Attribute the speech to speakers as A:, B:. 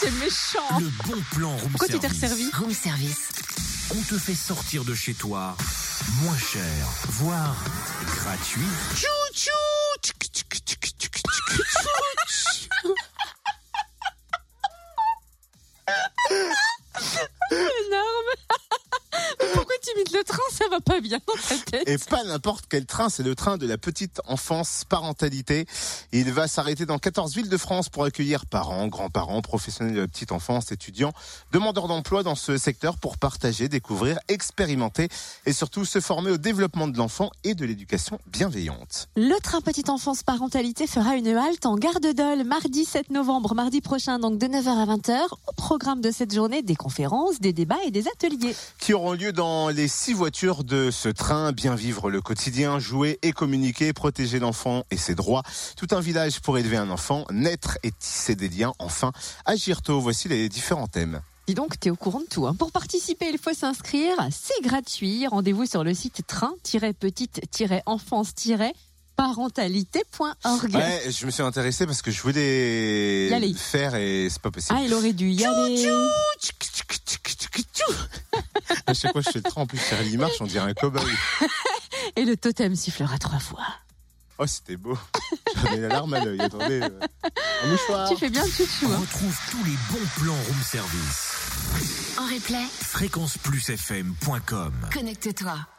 A: t'es méchant. hein.
B: Le bon plan room
A: Pourquoi tu t'es resservi
B: service.
C: Room service.
B: On te fait sortir de chez toi moins cher, voire gratuit.
A: Énorme. Pourquoi tu imites le train Ça va pas bien dans ta tête.
D: Et pas n'importe quel train, c'est le train de la petite enfance parentalité. Il va s'arrêter dans 14 villes de France pour accueillir parents, grands-parents, professionnels de la petite enfance, étudiants, demandeurs d'emploi dans ce secteur pour partager, découvrir, expérimenter et surtout se former au développement de l'enfant et de l'éducation bienveillante.
A: Le train Petite Enfance Parentalité fera une halte en Gare de Dole mardi 7 novembre, mardi prochain, donc de 9h à 20h. Au programme de cette journée, des conférences, des débats et des ateliers.
D: qui auront lieu dans les six voitures de ce train. Bien vivre le quotidien, jouer et communiquer, protéger l'enfant et ses droits. Tout un village pour élever un enfant, naître et tisser des liens. Enfin, agir tôt. Voici les différents thèmes.
A: Dis donc, t'es au courant de tout. hein. Pour participer, il faut s'inscrire. C'est gratuit. Rendez-vous sur le site train-petite-enfance-parentalité.org.
D: Ouais, je me suis intéressé parce que je voulais
A: Y aller.
D: le faire et c'est pas possible.
A: Ah, il aurait dû y aller.
D: À chaque fois que je fais le train, en plus, Charlie marche, on dirait un cow-boy.
A: Et le totem sifflera trois fois.
D: Oh, c'était beau. J'avais la larme à l'œil. Attendez. euh, Un mouchoir.
A: Tu fais bien le chouchou. hein.
B: Retrouve tous les bons plans room service.
C: En replay,
B: Fréquenceplusfm.com
C: connecte-toi.